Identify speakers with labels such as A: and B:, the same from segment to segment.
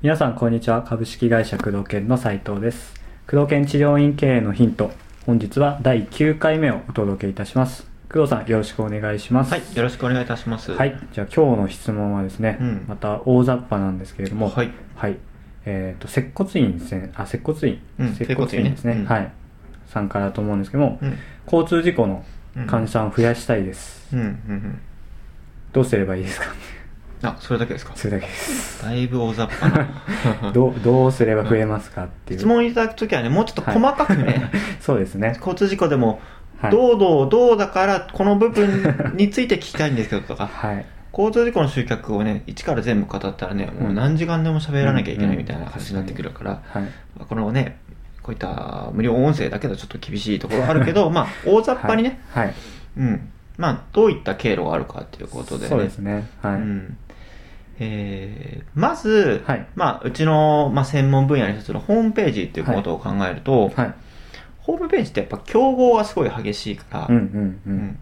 A: 皆さんこんにちは株式会社工藤研の斉藤です工藤研治療院経営のヒント本日は第9回目をお届けいたします工藤さんよろしくお願いします
B: はい、よろしくお願いいたします。
A: はい、じゃあ今日の質問はですね、
B: うん
A: また大雑把なんですけれども
B: はい
A: はいえっ、と接骨院ですねあ接骨院、
B: うん
A: 接骨院ですね
B: 接骨院ねうん
A: はいさんからだと思うんですけども、
B: うん。
A: 交通事故の
B: うん
A: 患者さんを増やしたいです、
B: うん、うん、うん。
A: どうすればいいですか
B: あ、それだけですか。
A: それだけです
B: だいぶ大雑把
A: 。
B: な
A: どうどうすれば増えますかっていう
B: 質問いただくときはね、もうちょっと細かくね、
A: そうですね
B: 交通事故でも、
A: はい
B: どうどうどうだから、この部分について聞きたいんですけどとか、
A: はい
B: 交通事故の集客をね、一から全部語ったらね、もう何時間でも喋らなきゃいけないみたいな感じになってくるから、
A: はい
B: このね、こういった無料音声だけだとちょっと厳しいところあるけど、まあ、大雑把にね、
A: はい、はい
B: うん。まあ、どういった経路があるかっていうことでね。
A: そうですねはい、
B: うんえーまず、
A: はい
B: まあ、うちの、まあ、専門分野の一つのホームページっていうことを考えると、
A: はい
B: ホームページってやっぱ競合がすごい激しいから、
A: うんうんう、
B: うんんやっ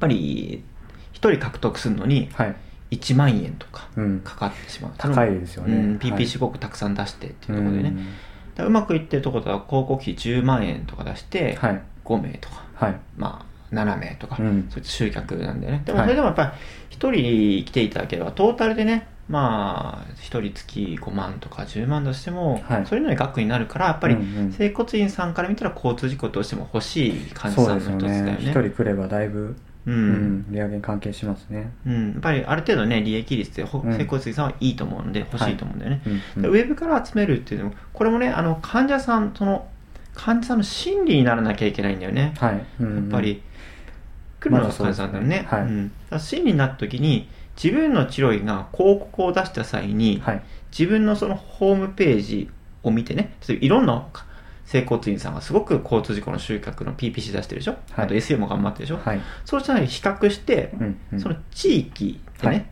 B: ぱり1人獲得するのに
A: はい
B: 1万円とか
A: うん
B: かかってしまう
A: 高いですよね
B: うん、
A: はい
B: PP すごくたくさん出してっていうところでね、だからうまくいってるところだと広告費10万円とか出し
A: うん
B: て
A: はい
B: 5名とか、
A: はい
B: まあ、7名とか、
A: うん
B: そういった集客なんだよね。でも
A: はい
B: それでもやっぱり、一人来ていただければ、トータルでね、まあ、一人月5万とか10万としても、
A: はい
B: そういうのに額になるから、やっぱり
A: うんうん、
B: 整骨院さんから見たら交通事故としても欲しい患者
A: そ
B: さ
A: うんです
B: の
A: よ
B: 一つだよ
A: ね一
B: ね。
A: 人来ればだいぶ、う
B: う。
A: んん、利上げに関係しますね、
B: うん、やっぱりある程度ね、利益率でほ
A: うん
B: 整骨院さんはいいと思うんで、欲しいと思うんだよね。
A: うん
B: で
A: う
B: ウ
A: ん、
B: ェブから集めるっていうのも、これもね、あの、患者さん、その、患者さんの心理にならなきゃいけないんだよね。
A: はい、うんうん
B: やっぱり、来るの
A: ま
B: が
A: ずそうで
B: 患者
A: すね
B: さんだよね。
A: はい
B: うん、だから心理になった時に、自分の治療院が広告を出した際に、
A: はい
B: 自分のそのホームページを見てね、例えばいろんな整骨院さんがすごく交通事故の集客の PPC 出してるでしょ、
A: はい
B: あと SE も頑張ってるでしょ、
A: はい、
B: そうしたら比較して、
A: うんうん、
B: その地域でね、
A: はい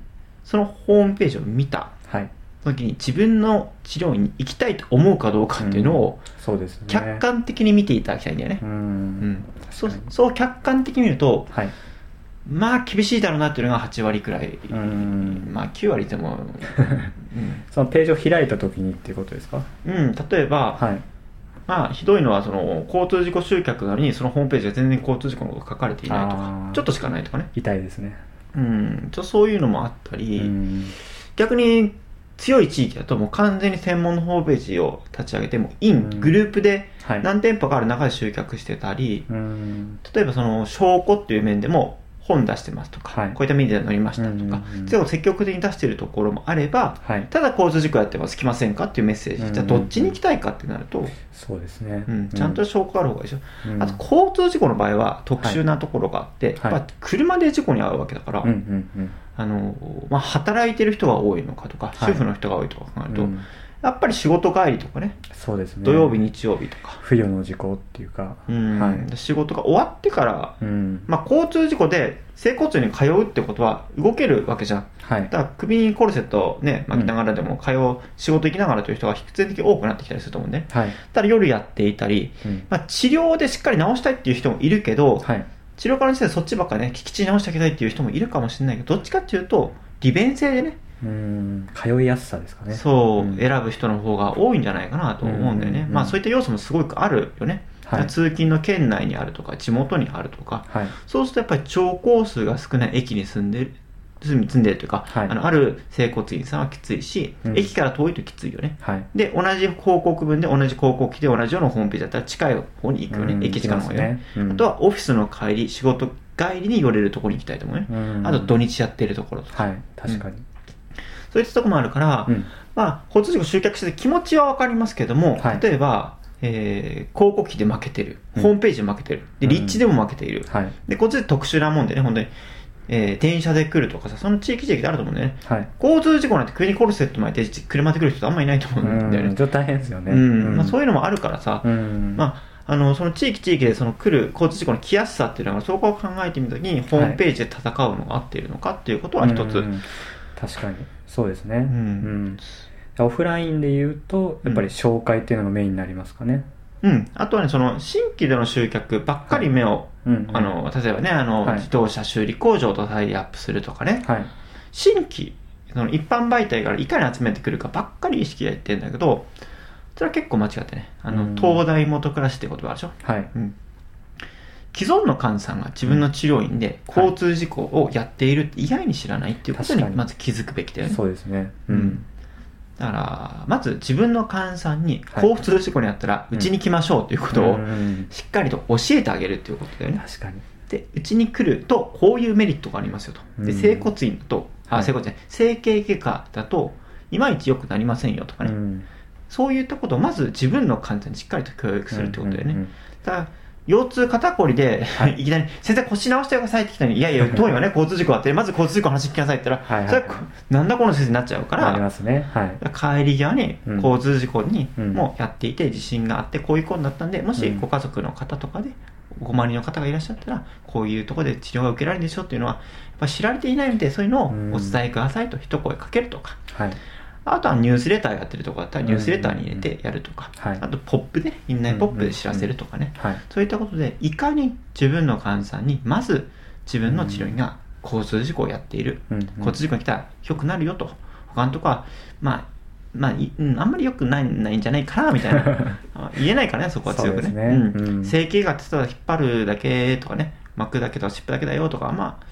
B: そのホームページを見た
A: はい
B: 時に自分の治療院に行きたいと思うかどうかっていうのを
A: そうですね
B: 客観的に見ていただきたいんだよね。
A: うん、
B: うん、そう
A: 確かに
B: そう客観的に見ると、
A: はい
B: まあ厳しいだろうなっていうのが8割くらい、
A: うん
B: まあ9割 でも、
A: そのページを開いた時にっていうことですか
B: うんうん例えば、
A: はい
B: まあひどいのはその交通事故集客なのにそのホームページが全然交通事故のことが書かれていないと
A: あ
B: か
A: ー
B: ちょっとしかないとかね、
A: 痛いですね、
B: うん、ちょそういうのもあった
A: う
B: り、
A: ん、
B: 逆に強い地域だともう完全に専門のホームページを立ち上げてもイン、
A: うん
B: グループで
A: はい
B: 何店舗かある中で集客してたり、
A: うん
B: 例えばその証拠っていう面でも本出してますとか、
A: はい
B: こういったメディアに載りましたとか、
A: うんうんうん
B: それを積極的に出しているところもあれば、
A: はい
B: ただ交通事故やってます、来ませんかっていうメッセージ、
A: うん
B: じゃあどっちに行きたいかってなると、
A: そうですね、
B: うんちゃんと証拠がある方がいいでしょ、
A: うん
B: あと交通事故の場合は特殊なところがあって、
A: はい
B: やっぱ車で事故に遭うわけだから、
A: うんうん
B: あのまあ、働いてる人が多いのかとか、
A: はい
B: 主婦の人が多いとか考え
A: う
B: る
A: ん
B: と、
A: うん
B: やっぱり仕事帰りとかね、
A: そうですね
B: 土曜日、日曜日とか、
A: 不慮の事故っていうか、
B: うん
A: はい
B: 仕事が終わってから
A: うん
B: まあ、交通事故で整骨院に通うってことは動けるわけじゃん。
A: はい
B: だから首にコルセットをね、巻きながらでも通う、仕事行きながらという人が必然的に多くなってきたりすると思うんで、ね、
A: はい、
B: ただ夜やっていたり、
A: うん
B: まあ、治療でしっかり治したいっていう人もいるけど、
A: はい、
B: 治療からしてそっちばっかね、きっちり治してあげたいっていう人もいるかもしれないけど、どっちかっていうと、利便性でね、
A: うん通いやすさですかね
B: そうう、
A: ん
B: 選ぶ人の方が多いんじゃないかなと思うんだよね。
A: うんうんうん
B: まあ、そういった要素もすごくあるよね。
A: はい
B: 通勤の県内にあるとか、地元にあるとか、
A: はい
B: そうするとやっぱり超高数が少ない駅に住んでる、住み住んでるというか、
A: はい
B: あのある整骨院さんはきついし、
A: うん
B: 駅から遠いときついよね。
A: はい
B: で、同じ広告文で同じ広告機で同じようなホームページだったら近い方に行くよね。
A: うん
B: 駅近の方よね
A: 行きますねうん
B: あとはオフィスの帰り、仕事帰りに寄れるところに行きたいと思うね。
A: うん
B: あと土日やってるところとか、
A: はい確かに、
B: そういったところもあるから、
A: うん
B: まあ、交通事故集客してて気持ちはわかりますけども、
A: はい
B: 例えば、えー広告費で負けてる、
A: うん
B: ホームページで負けてる、で、
A: うん
B: 立地でも負けている、
A: はい
B: で、こっちで特殊なもんでね、本当に、えー電車で来るとかさ、その地域地域であると思うんだよね。
A: はい
B: 交通事故なんて首にコルセット巻いて車で来る人ってあんまりいないと思うんだよ
A: う
B: ね
A: ん。ちょっと大変ですよね
B: うん。まあ、そ
A: い
B: ういうのもあるからさ、
A: うん
B: まあ、あの、その地域地域でその来る交通事故の来やすさっていうのが、そこを考えてみたときに、ホームページで戦うのが合っているのかっていうことは一つ。
A: うん確かにそうですね、う
B: ん
A: んオフラインで言うとやっぱり紹介っていうのがメインになりますかね、
B: うん。あとはね、その、新規での集客ばっかり目を
A: うんうん
B: あの例えばねあの、
A: はい
B: 自動車修理工場とタイアップするとかね、
A: はい
B: 新規その一般媒体からいかに集めてくるかばっかり意識がいってんだけどそれは結構間違ってねあの、
A: うん
B: 東大元暮らしって言葉あるでしょ、
A: はい
B: うん、既存の患者さんが自分の治療院で
A: はい
B: 交通事故をやっているって意外に知らないっていうこと
A: 確
B: に
A: かに
B: まず気づくべきだよね
A: そうですねう
B: うんんだからまず自分の患者さんに
A: はい
B: 交通事故にあったらうちに来ましょうということ
A: う
B: を
A: ん
B: しっかりと教えてあげるっていうことだよね
A: 確かに
B: でうちに来るとこういうメリットがありますよとで
A: うん
B: 整骨院だと
A: は
B: あ
A: い
B: 整骨院整形外科だといまいち良くなりませんよとかね、
A: うん
B: そういったことをまず自分の患者さんにしっかりと教育するってことだよね、
A: うんうん
B: ただ腰痛肩こりで、 い、きなり「先生腰直してください」って来たのに「い やいや当院はね交通事故あってまず交通事故の話聞きなさい」って言ったら、
A: はいはい
B: それはこなんだこの先生になっちゃうか
A: うんあり
B: ら
A: ますねはい
B: 帰り際に
A: うん
B: 交通事故に
A: うん
B: もうやっていて地震があってこういうことになったんでもし
A: うん
B: ご家族の方とかでお困りの方がいらっしゃったらこういうところで治療が受けられるでしょっていうのはやっぱ知られていないのでそういうのを
A: うん
B: お伝えくださいと一声かけるとか
A: はい
B: あとはニュースレターやってるとこだったらニュースレターに入れてやるとか
A: はい
B: あとポップで院内ポップで知らせるとかね
A: はい
B: そういったことで、いかに自分の患者さんに、まず自分の治療院が交通事故をやっている、
A: うんうん
B: 交通事故が来たら良くなるよと、他のとこは、まあ、まあ、いうんあんまり良くないないんじゃないかなみた いな、あ言えないからね、そこは強く
A: そうで
B: ね。
A: すね
B: うん
A: うん
B: 整形がってただ引っ張るだけとかね、巻くだけとか、湿布だけだよとか、まあ、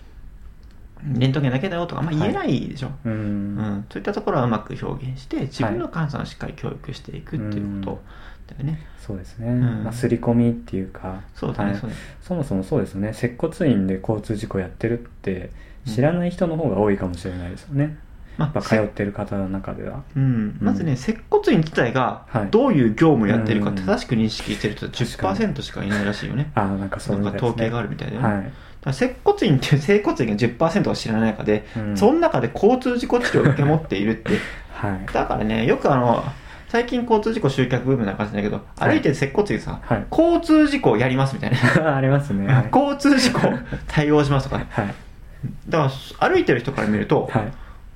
B: レントゲンだけだよとか、まあ、言えないでしょ。
A: う
B: うんん、そういったところはうまく表現して自分の患者さんをしっかり教育していくっていうことだよね。
A: そうですね
B: ん
A: まあ刷り込みっていうか
B: そうだね、
A: はい
B: そうだね。
A: そもそもそうですね接骨院で交通事故やってるって知らない人の方が多いかもしれないですよね
B: ま
A: やっぱ通ってる方の中では
B: うん、まずね、接骨院自体が
A: はい
B: どういう業務をやってるか
A: うん
B: 正しく認識してる人は
A: 確かに
B: 10%しかいないらしいよね。
A: ああなんかそう
B: ない
A: うん
B: か
A: みたいですね
B: 統計があるみたいで、だか
A: はい
B: ら接骨院っていう整骨院が10%を知らない中で、
A: うん
B: その中で交通事故治療を受け持っているって、
A: はい
B: だからね、よくあの最近交通事故集客ブームな感じだけど、
A: い
B: 歩いてる接骨院さ、
A: はい
B: 交通事故をやりますみたいな、
A: ありますねはい
B: 交通事故対応しますとか、
A: はい
B: だから歩いてる人から見ると、
A: はい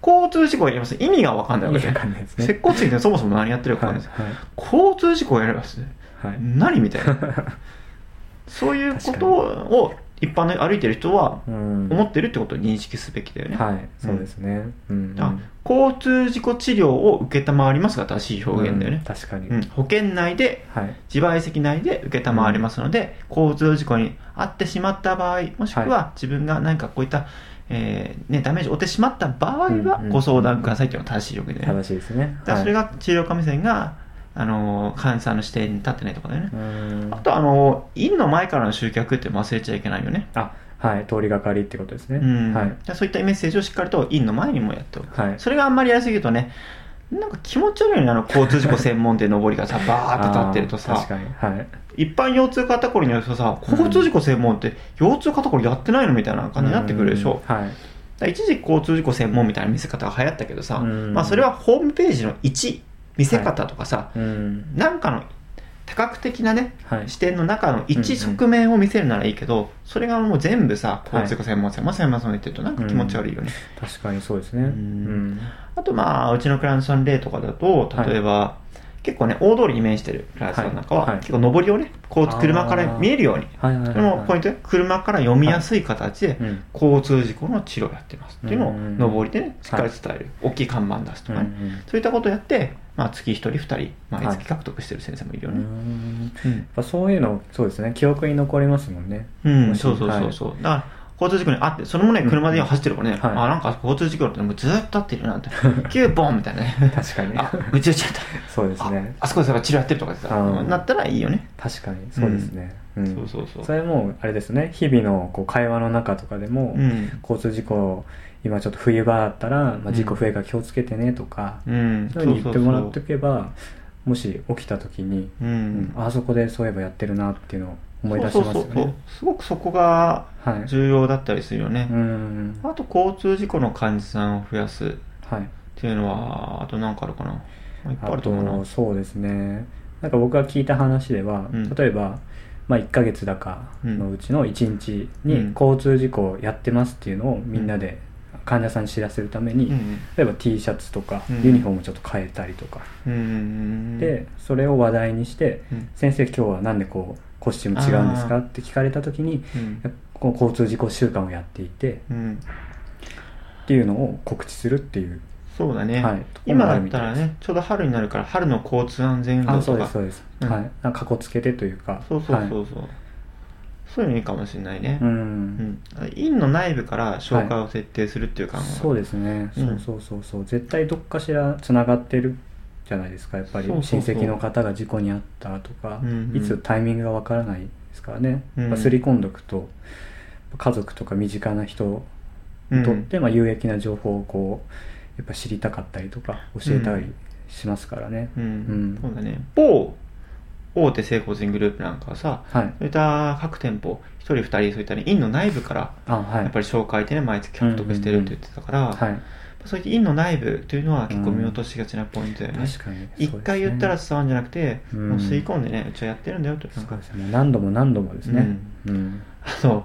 B: 交通事故をやります、意味が分かんない
A: 意
B: わ
A: 味
B: け
A: わ
B: で、
A: かんないですね
B: 接骨院ってそもそも何やってるか分かん
A: は
B: ないいですよ
A: は
B: 交通事故をやればですね
A: いはい
B: 何みたいな そういうことを一般の歩いてる人は
A: うん
B: 思ってるってことを認識すべきだよね、
A: はいそうですねうん
B: だから交通事故治療を承りますが正しい表現だよ
A: うん
B: ね、
A: 確かに
B: うん保険内で
A: はい
B: 自賠責内で承りますので、交通事故に遭ってしまった場合もしくは自分が何かこういった、えーね、ダメージを負ってしまった場合
A: う
B: は
A: んうん
B: ご相談くださいっていうのが正しい表現だよね、
A: 正しいですね
B: だからそれ
A: が
B: が治療家目線が、あのー患者さんの視点に立ってないところだよね、
A: うん
B: あとあの、院の前からの集客って忘れちゃいけないよね。
A: あはい通りがかりってことですね
B: うん
A: はい
B: じゃあそういったメッセージをしっかりと院の前にもやっておく。
A: はい
B: それがあんまりやりすぎるとね、なんか気持ち悪いよね、あの交通事故専門店の上りがさ、バーって立ってると
A: あー
B: さ
A: 確、かにはい
B: 一般腰痛肩こりによるとさ、交通事故専門って腰痛肩こりやってないのみたいな感じになってくるでしょ。
A: うんはい
B: だから一時交通事故専門みたいな見せ方が流行ったけどさ、
A: うん
B: まあそれはホームページの1、見せ方とかさ、
A: うん
B: なんかの多角的なね、
A: はい
B: 視点の中の一側面を見せるならいいけど、それがもう全部さ交通事故専門専門専門専門って言うとなんか気持ち悪いよね、
A: 確かにそうですね
B: う
A: うんん
B: あとまあうちのクライアントさんの例とかだと
A: はい
B: 例えば、結構ね大通りに面してるクライアントさんなんかは、
A: はいはい
B: 結構上りをねこう
A: あー
B: 車から見えるように
A: はいはいはいはい
B: それもポイントね車から読みやすい形で、
A: うん
B: 交通事故の治療をやってますっていうの
A: うん
B: を上りでねしっかり伝える、大きい看板出すとかね、
A: うん
B: そういったことをやって、まあ、月1人2人毎
A: はい
B: 月獲得してる先生もいる
A: う
B: よ
A: ん
B: ね、
A: うん
B: うん
A: やっぱそういうのそうですね記憶に残りますもんね
B: うん、
A: もし
B: そうそうそうそう、だから交通事故にあってそれもね車で走ってるからね、
A: はい
B: あなんか交通事故だってもうずっとあってる なってキューポンみたいなね
A: 確かに
B: あうちうちゃった
A: そうです
B: あ
A: ね
B: あそこでそれ治療やってるとかでさ
A: あー
B: なったらいいよね、
A: 確かにそうですねうん
B: そうそうそう
A: それもあれですね日々のこう会話の中とかでも
B: うん、
A: 交通事故今ちょっと冬場だったらまあ事故増えから気をつけてねとか
B: うん、
A: そういうふうに言ってもらって
B: そ
A: お
B: う
A: けばもし起きた時に
B: そうそうう
A: うん
B: ん
A: あそこでそういえばやってるなっていうのを思い出しますよ
B: そうそうそう
A: ね
B: すごくそこが
A: はい
B: 重要だったりするよね
A: う、ん
B: あと交通事故の患者さんを増やすっ
A: はい
B: ていうのはあと何かあるかなまあいっぱいあ
A: あ
B: ると思う
A: と
B: な
A: そうですねなんか僕が聞いた話では、
B: うん
A: 例えば、まあ、1ヶ月だかのうちの1日
B: うん
A: に交通事故をやってますっていうのをみんなで患者さんに知らせるために、
B: うん
A: 例えば T シャツとか
B: うん
A: ユニフォームちょっと変えたりとか、
B: うんうん
A: でそれを話題にして
B: うん
A: 「先生今日はなんでこうコスチューム違うんですか
B: あー
A: って聞かれた時に
B: うん
A: この交通事故週間をやっていて
B: うん、
A: っていうのを告知するっていう、
B: そうだね、
A: はい、ところがあ
B: 今だ
A: る
B: っ
A: みい
B: たら
A: です
B: ねちょうど春になるから春の交通安全運動
A: あそう
B: と
A: で
B: か
A: すそうです、
B: うん
A: はいなんかかこつけてというか
B: そうそう
A: はい
B: そうそう、そういうのいいかもしれないね、
A: うん、
B: うん、院の内部から紹介を設定するっていう感
A: そうですね、
B: うん
A: そうそうそうそう絶対どっかしらつながってるじゃないですかやっぱり
B: そうそうそう
A: 親戚の方が事故に遭ったとか、
B: うんうん
A: いつタイミングがわからないですからね、
B: うん
A: まあすり込んどくと家族とか身近な人
B: うん
A: にとって、まあ、有益な情報をこうやっぱ知りたかったりとか教えたりしますからね、
B: うん
A: うん
B: そうだね某大手整骨院グループなんかはさ
A: はい
B: そういった各店舗1人2人そういったね院の内部から
A: あはい
B: やっぱり紹介でね毎月獲得してるって言ってたから、
A: はい
B: そういった院の内部というのは結構見落としがちなポイントだよね、
A: 確かに
B: 一回言ったら
A: そ
B: 伝わるんじゃなくて、
A: うん
B: もう吸い込んでねうちはやってるんだよ
A: う
B: と
A: ですねそうですね何度も何度もですねうん
B: あと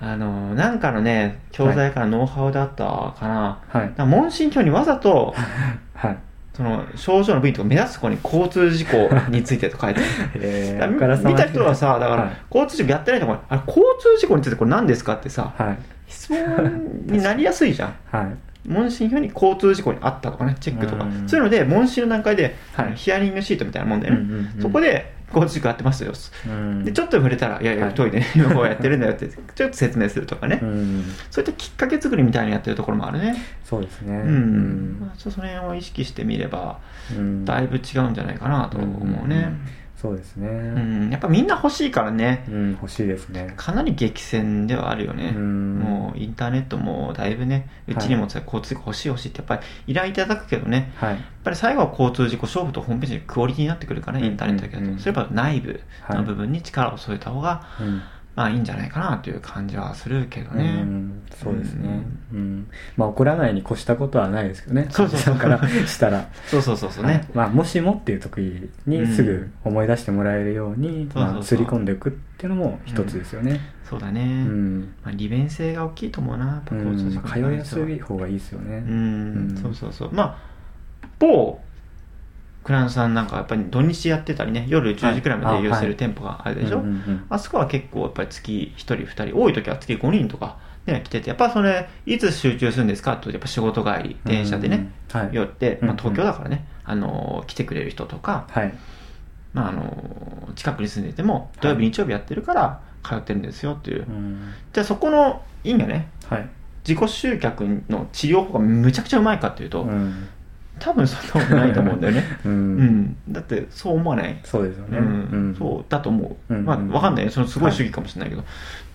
B: あのなんかのね教材からノウハウだったかな、
A: はい
B: だから問診票にわざと
A: はい
B: その症状の部位とか目立つところに交通事故についてとか書いてある
A: え
B: だから見見た人はさだから、
A: はい
B: 交通事故やってないところにあれ交通事故についてこれ何ですかってさ
A: はい
B: 質問になりやす いじゃん
A: はい
B: 問診票に交通事故にあったとかねチェックとか
A: うん
B: そういうので問診の段階で、
A: はい
B: ヒアリングシートみたいなもんだよね、
A: うんうんうん
B: そこで交通事故やってますよ
A: うん
B: でちょっと触れたら「いやいや
A: はい
B: 太い ね今こうやってるんだよ」ってちょっと説明するとかね、
A: うん
B: そういったきっかけ作りみたいにやってるところもあるね
A: そうですね
B: う、
A: うん
B: まあ、ちょっとその辺を意識してみれば
A: うん
B: だいぶ違うんじゃないかなと思うね、
A: そうです
B: うん
A: ね
B: やっぱみんな欲しいからね
A: うん欲しいですね
B: かなり激戦ではあるよね、
A: うん
B: もうインターネットもだいぶねうちにも交通事故欲しい欲しいってやっぱり依頼いただくけどね
A: はい
B: やっぱり最後は交通事故勝負とホームページのクオリティになってくるからねインターネットだけだ
A: うんうん
B: とすれば内部の部分に力を添えた方が、
A: うん
B: まあいいんじゃないかなという感じはするけど
A: う
B: ね。
A: んそうですねうんまあ怒らないに越したことはないですけどね
B: そうそうそう
A: 患者さんから したら
B: そうそうそうそう
A: はい
B: ね。
A: まあ、もしもっていう時にすぐ思い出してもらえるように、
B: そうそうそう
A: まあ、すり込んでいくっていうのも一つですよね。
B: そうだ
A: う
B: ね。
A: ん
B: まあ利便性が大きいと思うな。やっぱ
A: うん
B: 交通事
A: ま
B: 故
A: あ
B: に
A: 通いやす
B: 関
A: い
B: しては
A: 方がいいですよ
B: う
A: ね。うん
B: ん、そうそうそう。まあ、某クランさんなんかやっぱり土日やってたりね、夜10時くらいまで営業してる店舗があるでしょ。
A: うんうんうん
B: あそこは結構やっぱり月1人2人多い時は月5人とか、ね、来ててやっぱそれいつ集中するんですかってやっぱ仕事帰り電車でね、、
A: うんはい
B: 寄って、まあ、
A: うん
B: 東京だからね、あのー来てくれる人とか、
A: はい
B: まあ、あの近くに住んでいても土曜日、日曜日やってるから通ってるんですよっていう、
A: うん
B: じゃあそこの院がね
A: はい
B: 自己集客の治療法がむちゃくちゃうまいかっていうと、
A: うん
B: 多分そんなことないと思うんだよね、
A: う
B: うんん、だってそう思わない、
A: そうですよ
B: うん
A: ね。うん
B: そうだと思う、
A: うん
B: まあ、わかんないよそのすごい主義かもしれないけど、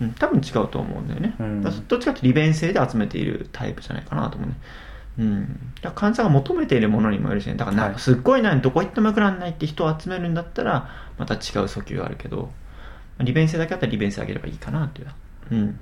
B: うん、多分違うと思うんだよね、
A: うん
B: だからどっちかっていうと利便性で集めているタイプじゃないかなと思うねうん、だから患者が求めているものにもよるしねだからなん
A: はい
B: かすっごい何どこ行ってもよくなんないって人を集めるんだったらまた違う訴求があるけどまあ利便性だけだったら利便性上げればいいかなっていう、うん、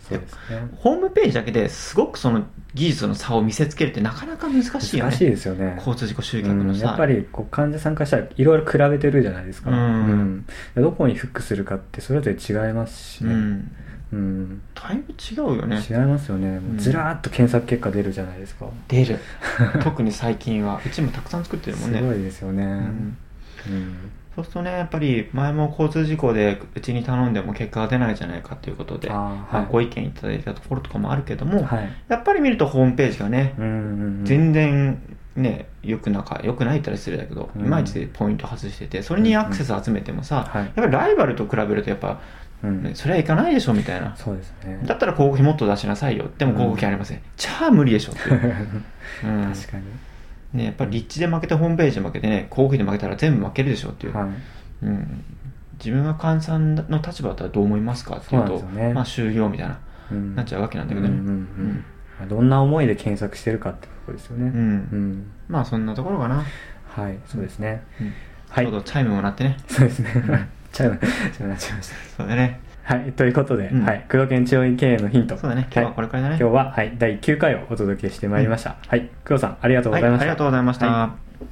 A: そうですね。
B: ホームページだけですごくその技術の差を見せつけるってなかなか難しいよね
A: 難しいですよね。
B: 交通事故集
A: う
B: 客の
A: ん、
B: さ、
A: やっぱりこう患者さんからしたらいろいろ比べてるじゃないですか、
B: うん
A: うんどこにフックするかってそれぞれ違いますし
B: う
A: ね、
B: ん、
A: うん、
B: だいぶ違うよね
A: 違いますよね、もううんずらーっと検索結果出るじゃないですか、
B: 出る 特に最近はうちもたくさん作ってるもんね
A: すごいですよね、う
B: うん
A: ん
B: そうするとねやっぱり前も交通事故でうちに頼んでも結果が出ないじゃないかということで
A: あー
B: まあ
A: はい
B: ご意見いただいたところとかもあるけども、
A: はい
B: やっぱり見るとホームページがね、
A: うんうんうん
B: 全然ねよくなんかよくないって言ったら失礼だけど、
A: うん
B: いまいちでポイント外しててそれにアクセス集めてもさ、
A: うんうんはい
B: やっぱりライバルと比べるとやっぱ、
A: うん
B: ねそれはいかないでしょみたいな。
A: そうですね
B: だったら広告費もっと出しなさいよでも広告費ありません、じゃあ無理でしょっていう、 う ん
A: 確か
B: ね、やっぱり立地で負けてホームページで負けてね広告費で負けたら全部負けるでしょってい
A: に、
B: う、
A: はい、
B: うん、自分が換算の立場だったらどう思いますかっていうと
A: そうなんですよね
B: まあ終業みたいな、
A: うん
B: なっちゃうわけなんだけどね、
A: うんうんうんまあどんな思いで検索してるかってとこですよね
B: うん
A: うん
B: まあそんなところかな、
A: はいそうですね、
B: うん
A: はい
B: ちょうどチャイムも鳴ってね
A: そうですね ちゃうちゃうなっちゃいました
B: そうだね
A: はい、ということで、
B: うん
A: はい、工藤県中央経営のヒント。
B: そうだね今日はこれくらいだね
A: は今日は、はい、第9回をお届けしてまいりました。はい、工藤さん、ありがとうございました。
B: はい、ありがとうございました、
A: は